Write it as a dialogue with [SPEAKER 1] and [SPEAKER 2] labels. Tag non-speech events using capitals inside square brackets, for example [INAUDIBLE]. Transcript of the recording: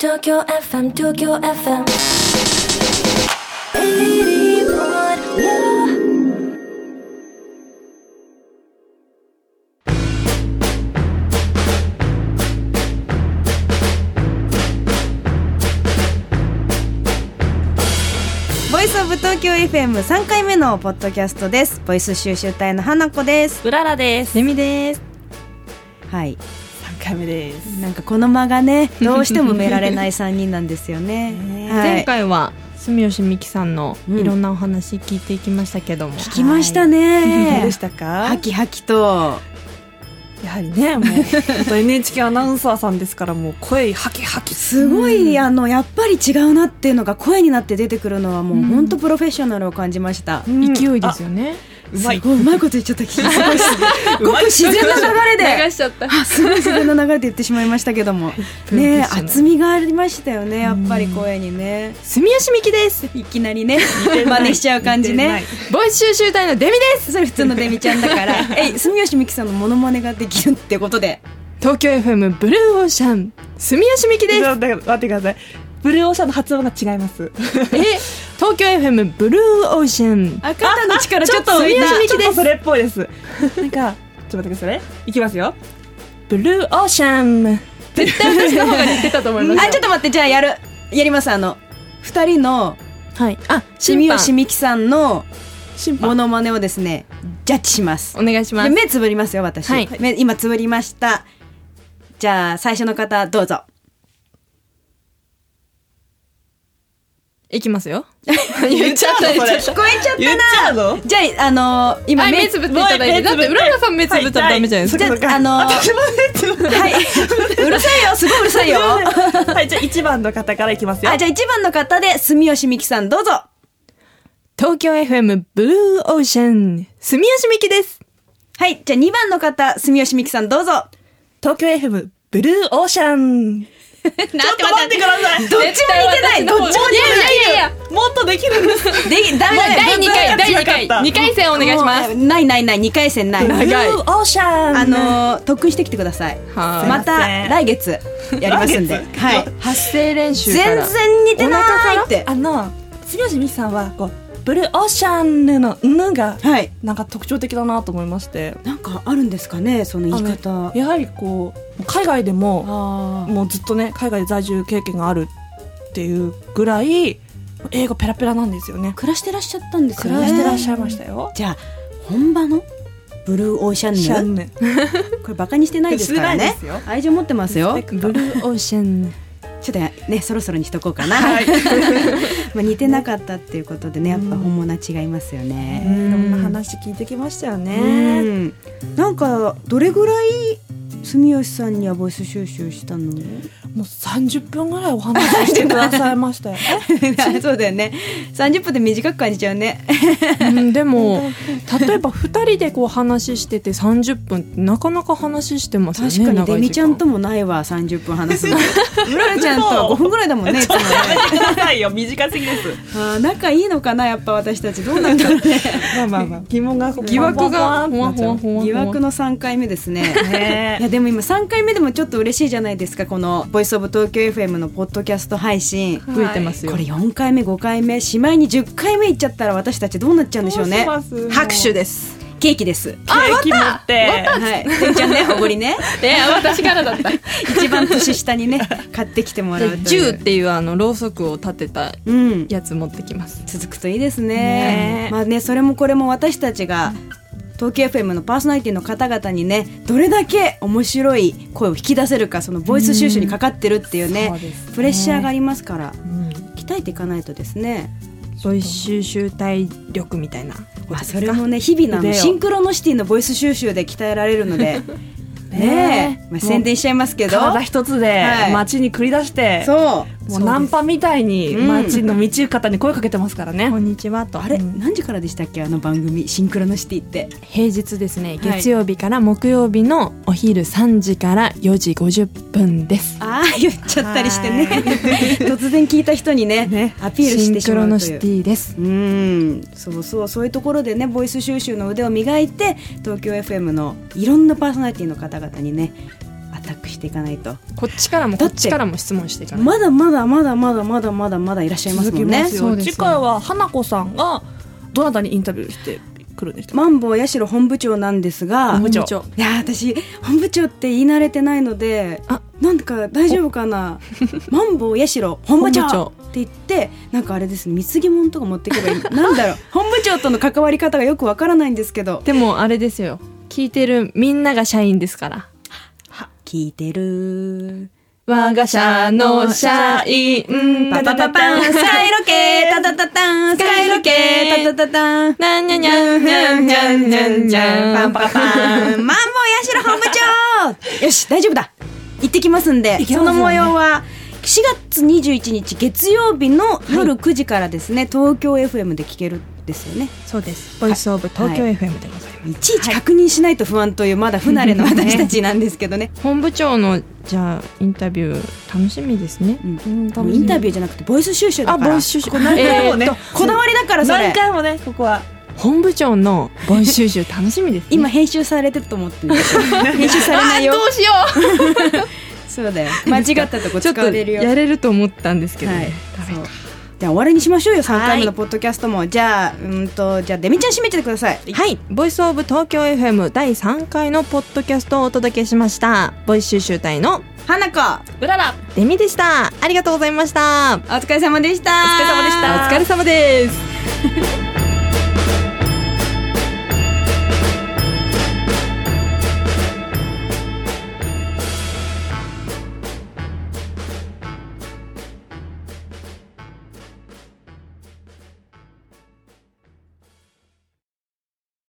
[SPEAKER 1] 東京 FM 東京 FM 81.0
[SPEAKER 2] ボイスオブ東京 FM 三回目のポッドキャストです。ボイス収集隊の花子です。
[SPEAKER 3] うららです。
[SPEAKER 2] レミです。はい。
[SPEAKER 3] 三回目です。
[SPEAKER 2] なんかこの間がね、どうしても埋められない三人なんですよね。はい
[SPEAKER 3] 前回は住吉美希さんの
[SPEAKER 2] うん
[SPEAKER 3] いろんなお話聞いていきましたけども、
[SPEAKER 2] 聞きましたね。
[SPEAKER 4] どうでしたか
[SPEAKER 2] ハキハキと。
[SPEAKER 4] やはりねもう本当 NHK アナウンサーさんですからもう声ハキハキ
[SPEAKER 2] すごい、あのやっぱり違うなっていうのが声になって出てくるのはもう本当、プロフェッショナルを感じました。
[SPEAKER 3] 勢いですよね。
[SPEAKER 4] うまい
[SPEAKER 2] ごいうまいこと言っちゃった。すごいすごく自然な流れで。
[SPEAKER 3] しちゃった。
[SPEAKER 2] あすごい自然な流れで言ってしまいましたけど
[SPEAKER 3] [LAUGHS]
[SPEAKER 2] も
[SPEAKER 3] プロフェ
[SPEAKER 2] ね
[SPEAKER 3] ッショナル
[SPEAKER 2] 厚みがありましたよねやっぱり声にね
[SPEAKER 3] 住吉美希です。
[SPEAKER 2] いきなりね真似しちゃう感じね
[SPEAKER 3] ボイス収集隊のデミです。
[SPEAKER 2] それ普通のデミちゃんだ
[SPEAKER 3] [LAUGHS]
[SPEAKER 2] からえい住吉美希さんのモノマネができるってことで
[SPEAKER 3] 東京 FM ブルーオーシャン住吉美希で
[SPEAKER 4] ち
[SPEAKER 3] す。
[SPEAKER 4] ょっと待ってくださいブルーオーシャンの発音が違います
[SPEAKER 3] え、東京 FM ブルーオーシャン。
[SPEAKER 2] あ肩の力ちょっと浮い
[SPEAKER 4] 住
[SPEAKER 2] た
[SPEAKER 4] 吉美希ですそれっぽいですなんかちょっと待ってくださいねいきますよ
[SPEAKER 3] ブルーオーシャン。絶対私の方が似てたと思い
[SPEAKER 2] あちょっと待ってじゃあやるやりますあの二人の
[SPEAKER 3] す。はい。あ、審
[SPEAKER 2] 住
[SPEAKER 3] 判。
[SPEAKER 2] 吉美希さんの
[SPEAKER 3] 審
[SPEAKER 2] モ
[SPEAKER 3] 判。
[SPEAKER 2] ノマネをですねジャッジします
[SPEAKER 3] お願いしま。
[SPEAKER 2] です目つぶりますよ私、
[SPEAKER 3] はい
[SPEAKER 2] 目今つぶりましたじゃあ最初の方どうぞ
[SPEAKER 3] いきますよ。 [LAUGHS] 言っちゃった。言っちゃった
[SPEAKER 2] 聞こえちゃった
[SPEAKER 4] 言っちゃうの
[SPEAKER 2] じゃあ、あのー今
[SPEAKER 3] はい、目つぶっていただいて。だって、浦田さん目つぶったらダメじゃないですか。
[SPEAKER 2] じゃあ、あのー
[SPEAKER 4] 私もねちょっと待って
[SPEAKER 2] は
[SPEAKER 3] [LAUGHS]
[SPEAKER 2] い。うるさいよ、すごいうるさい [LAUGHS] よ。あ、
[SPEAKER 4] [LAUGHS] はいじゃあ1番の方からいきますよ
[SPEAKER 2] じゃあ一番の方で、住吉美希さん、どうぞ。は
[SPEAKER 3] 東京 FM ブルーオーシャン、住吉美希です。
[SPEAKER 2] い。じゃあ二番の方、住吉美希さん、どうぞ。
[SPEAKER 4] 東京 FM ブルーオーシャン
[SPEAKER 3] ちょ
[SPEAKER 4] ちょっと待ってください
[SPEAKER 2] どっちも似てない。どっちも似てない。
[SPEAKER 3] いやいやいや。
[SPEAKER 4] もっとできるんです
[SPEAKER 2] で、ダメだよ
[SPEAKER 3] 第2回、
[SPEAKER 4] ぶつか
[SPEAKER 3] 第
[SPEAKER 4] っちゃ
[SPEAKER 3] 2
[SPEAKER 4] うかった
[SPEAKER 3] 回、2回戦お願いします。
[SPEAKER 2] もうないないない、二回戦ない。
[SPEAKER 3] 長い
[SPEAKER 4] ブルーオーシャン
[SPEAKER 2] あのー特訓してきてください。
[SPEAKER 3] はい
[SPEAKER 2] また来月やりますんで
[SPEAKER 4] 来。月
[SPEAKER 2] はい。
[SPEAKER 3] 発声練習
[SPEAKER 2] 全然似てな
[SPEAKER 4] お
[SPEAKER 2] い
[SPEAKER 4] 腹
[SPEAKER 2] っ
[SPEAKER 4] から
[SPEAKER 2] て。
[SPEAKER 4] あの住吉美希さんはこうブルーオーシャンヌの「ぬ」が
[SPEAKER 2] はい。
[SPEAKER 4] なんか特徴的だなと思いまして
[SPEAKER 2] なんかあるんですかね、その言い方。
[SPEAKER 4] やはりこう海外でも
[SPEAKER 2] あー
[SPEAKER 4] もうずっとね海外で在住経験があるっていうぐらい英語ペラペラなんですよね
[SPEAKER 2] 暮らしてらっしゃったんです
[SPEAKER 4] 暮
[SPEAKER 2] よね。
[SPEAKER 4] らしてらっしゃいましたよ
[SPEAKER 2] じゃあ本場のブルーオーシャンヌ
[SPEAKER 4] シャンヌ
[SPEAKER 2] これバカにしてないですから
[SPEAKER 4] してない
[SPEAKER 2] ね
[SPEAKER 4] ですよ
[SPEAKER 2] 愛情持ってますよ
[SPEAKER 3] ブルーオーシャン。
[SPEAKER 2] ちょっとねそろそろにしとこうかな、
[SPEAKER 4] はい
[SPEAKER 2] [LAUGHS] まあ似てなかったっていうことでねやっぱ本物は違いますよ
[SPEAKER 4] い
[SPEAKER 2] ね、
[SPEAKER 4] ろんな話聞いてきましたよ
[SPEAKER 2] う
[SPEAKER 4] ね
[SPEAKER 2] んなんかどれぐらい住吉さんにはボイス収集したの
[SPEAKER 4] もう30分ぐらいお話ししてくださいましたよ
[SPEAKER 2] [LAUGHS] そうだよね30分で短く感じちゃうね
[SPEAKER 3] うんでも、
[SPEAKER 2] [LAUGHS]
[SPEAKER 3] 例えば2人でこう話してて30分ってなかなか話してますよね。
[SPEAKER 2] 確かに
[SPEAKER 3] 長い時間
[SPEAKER 2] デミちゃんともないわ30分話 [LAUGHS] すのうららちゃんとは5分ぐらいだもんねいつもね
[SPEAKER 4] てくださいよ短すぎです
[SPEAKER 2] あー仲いいのかなやっぱ私たちどうなんだろうね
[SPEAKER 4] まあまあまあ疑問が
[SPEAKER 3] 疑惑が、
[SPEAKER 4] ほわほわほわってなっちゃう
[SPEAKER 3] ほわ
[SPEAKER 2] 疑惑の3回目ですね。いやでも今3回目でもちょっと嬉しいじゃないですかこの「ボイスオブ東京 FM」のポッドキャスト配信
[SPEAKER 3] 増えてますよ。
[SPEAKER 2] これ4回目5回目しまいに10回目いっちゃったら私たちどうなっちゃうんでしょうね
[SPEAKER 4] どうします
[SPEAKER 2] 拍手ですケーキです
[SPEAKER 4] ケーキ持って
[SPEAKER 2] [LAUGHS] はいてんちゃんねおごりね
[SPEAKER 3] え、私からだ [LAUGHS] った。
[SPEAKER 2] 一番年下にね買ってきてもらうという
[SPEAKER 3] 銃っていうあの、ろうそくを立てた
[SPEAKER 2] うん
[SPEAKER 3] やつ持ってきます。
[SPEAKER 2] 続くといいですね
[SPEAKER 4] ねえ
[SPEAKER 2] まあねそれもこれも私たちが東京 FM のパーソナリティの方々にねどれだけ面白い声を引き出せるかそのボイス収集にかかってるっていうね,、
[SPEAKER 4] そうですね
[SPEAKER 2] プレッシャーがありますから、鍛えていかないとですね、
[SPEAKER 3] ボイス収集体力みたいな。
[SPEAKER 2] まあ、それもね日々のあの
[SPEAKER 4] 腕を
[SPEAKER 2] シンクロノシティのボイス収集で鍛えられるの [LAUGHS] でねえ、まあ、宣伝しちゃいますけど
[SPEAKER 4] 体一つで
[SPEAKER 2] はい
[SPEAKER 4] 街に繰り出して、
[SPEAKER 2] そう
[SPEAKER 4] もうナンパみたいに
[SPEAKER 2] うん
[SPEAKER 4] 街の道方に声かけてますからね、
[SPEAKER 3] こんにちはと。
[SPEAKER 2] あれ、何時からでしたっけあの番組シンクロノシティって
[SPEAKER 3] 平日ですね。
[SPEAKER 2] はい
[SPEAKER 3] 月曜日から木曜日のお昼3時から4時50分です。
[SPEAKER 2] ああ言っちゃったりしてね突然聞いた人にね
[SPEAKER 4] ね
[SPEAKER 2] アピールしてしま
[SPEAKER 3] シンクロ
[SPEAKER 2] う
[SPEAKER 3] ノ
[SPEAKER 2] とい
[SPEAKER 3] シ
[SPEAKER 2] う
[SPEAKER 3] テ。ィです。
[SPEAKER 2] うんそうそうそういうところでねボイス収集の腕を磨いて東京 FM のいろんなパーソナリティの方々にねタックしていかないと
[SPEAKER 3] こっちからもこ
[SPEAKER 2] だっ
[SPEAKER 3] ってちからも質問していかない
[SPEAKER 2] まだまだまだまだまだまだまだいらっしゃいますもんね
[SPEAKER 4] 続きますよ
[SPEAKER 3] そうですよ
[SPEAKER 4] 次回は花子さんがどなたにインタビューしてくるんでしたっ
[SPEAKER 2] マンボウ社本部長なんですが
[SPEAKER 4] け
[SPEAKER 3] 部長
[SPEAKER 2] いやー私本部長って言い慣れてないので
[SPEAKER 3] あ
[SPEAKER 2] なんか大丈夫か [LAUGHS] な「マンボウ社本部
[SPEAKER 3] 本部
[SPEAKER 2] 長
[SPEAKER 3] 長」
[SPEAKER 2] って言ってなんかあれですね貢ぎ物とか持ってけばいいなん [LAUGHS] だろう本部長との関わり方がよくわからないんですけど
[SPEAKER 3] でもあれですよ聞いてるみんなが社員ですから
[SPEAKER 2] 聞いてる
[SPEAKER 3] 我が社の社員
[SPEAKER 2] パパパパンスカイロケタタタタンスカイロケタタタタン
[SPEAKER 3] なんにゃにゃんにゃんにゃんにゃんにゃん
[SPEAKER 2] パパンマンボウヤシロ本部長よし大丈夫だ行ってきますんで
[SPEAKER 4] き
[SPEAKER 2] そ
[SPEAKER 4] ますよね
[SPEAKER 2] の模様は4月21日月曜日の夜9時からですね、東京 FM で聞けるんですよね
[SPEAKER 3] そうですボイスオブ東京 FM でございます
[SPEAKER 2] いちいち確認しないと不安というまだ不慣れの私たちなんですけどね、
[SPEAKER 3] 本部長のじゃあインタビュー楽しみですね
[SPEAKER 2] うんでもインタビューじゃなくてボイス収集だから
[SPEAKER 3] あボイス収集
[SPEAKER 2] これ何回もね、
[SPEAKER 3] えーっ
[SPEAKER 2] こだわりだからそれ
[SPEAKER 4] 何回もねここは
[SPEAKER 3] 本部長のボイス収集楽しみですね
[SPEAKER 2] 今編集されてると思ってる編集されないよ
[SPEAKER 3] どうしよ
[SPEAKER 2] そうだよ間違ったとこ
[SPEAKER 3] うち
[SPEAKER 2] 使
[SPEAKER 3] ょっと
[SPEAKER 2] われるよ
[SPEAKER 3] やれると思ったんですけど
[SPEAKER 2] はい
[SPEAKER 3] ねダメ
[SPEAKER 2] そう
[SPEAKER 3] か
[SPEAKER 2] じゃあ終わりにしましょうよ3回目の
[SPEAKER 4] は
[SPEAKER 2] ポッドキャストも、じゃあうんとじゃあデミちゃん締めててください
[SPEAKER 3] はいボイスオブ東京 FM 第3回のポッドキャストをお届けしましたボイス収集隊の
[SPEAKER 2] 花子
[SPEAKER 4] うらら
[SPEAKER 3] デミでしたありがとうございましたお疲
[SPEAKER 2] お疲れ様でしたお疲
[SPEAKER 3] お疲れ様です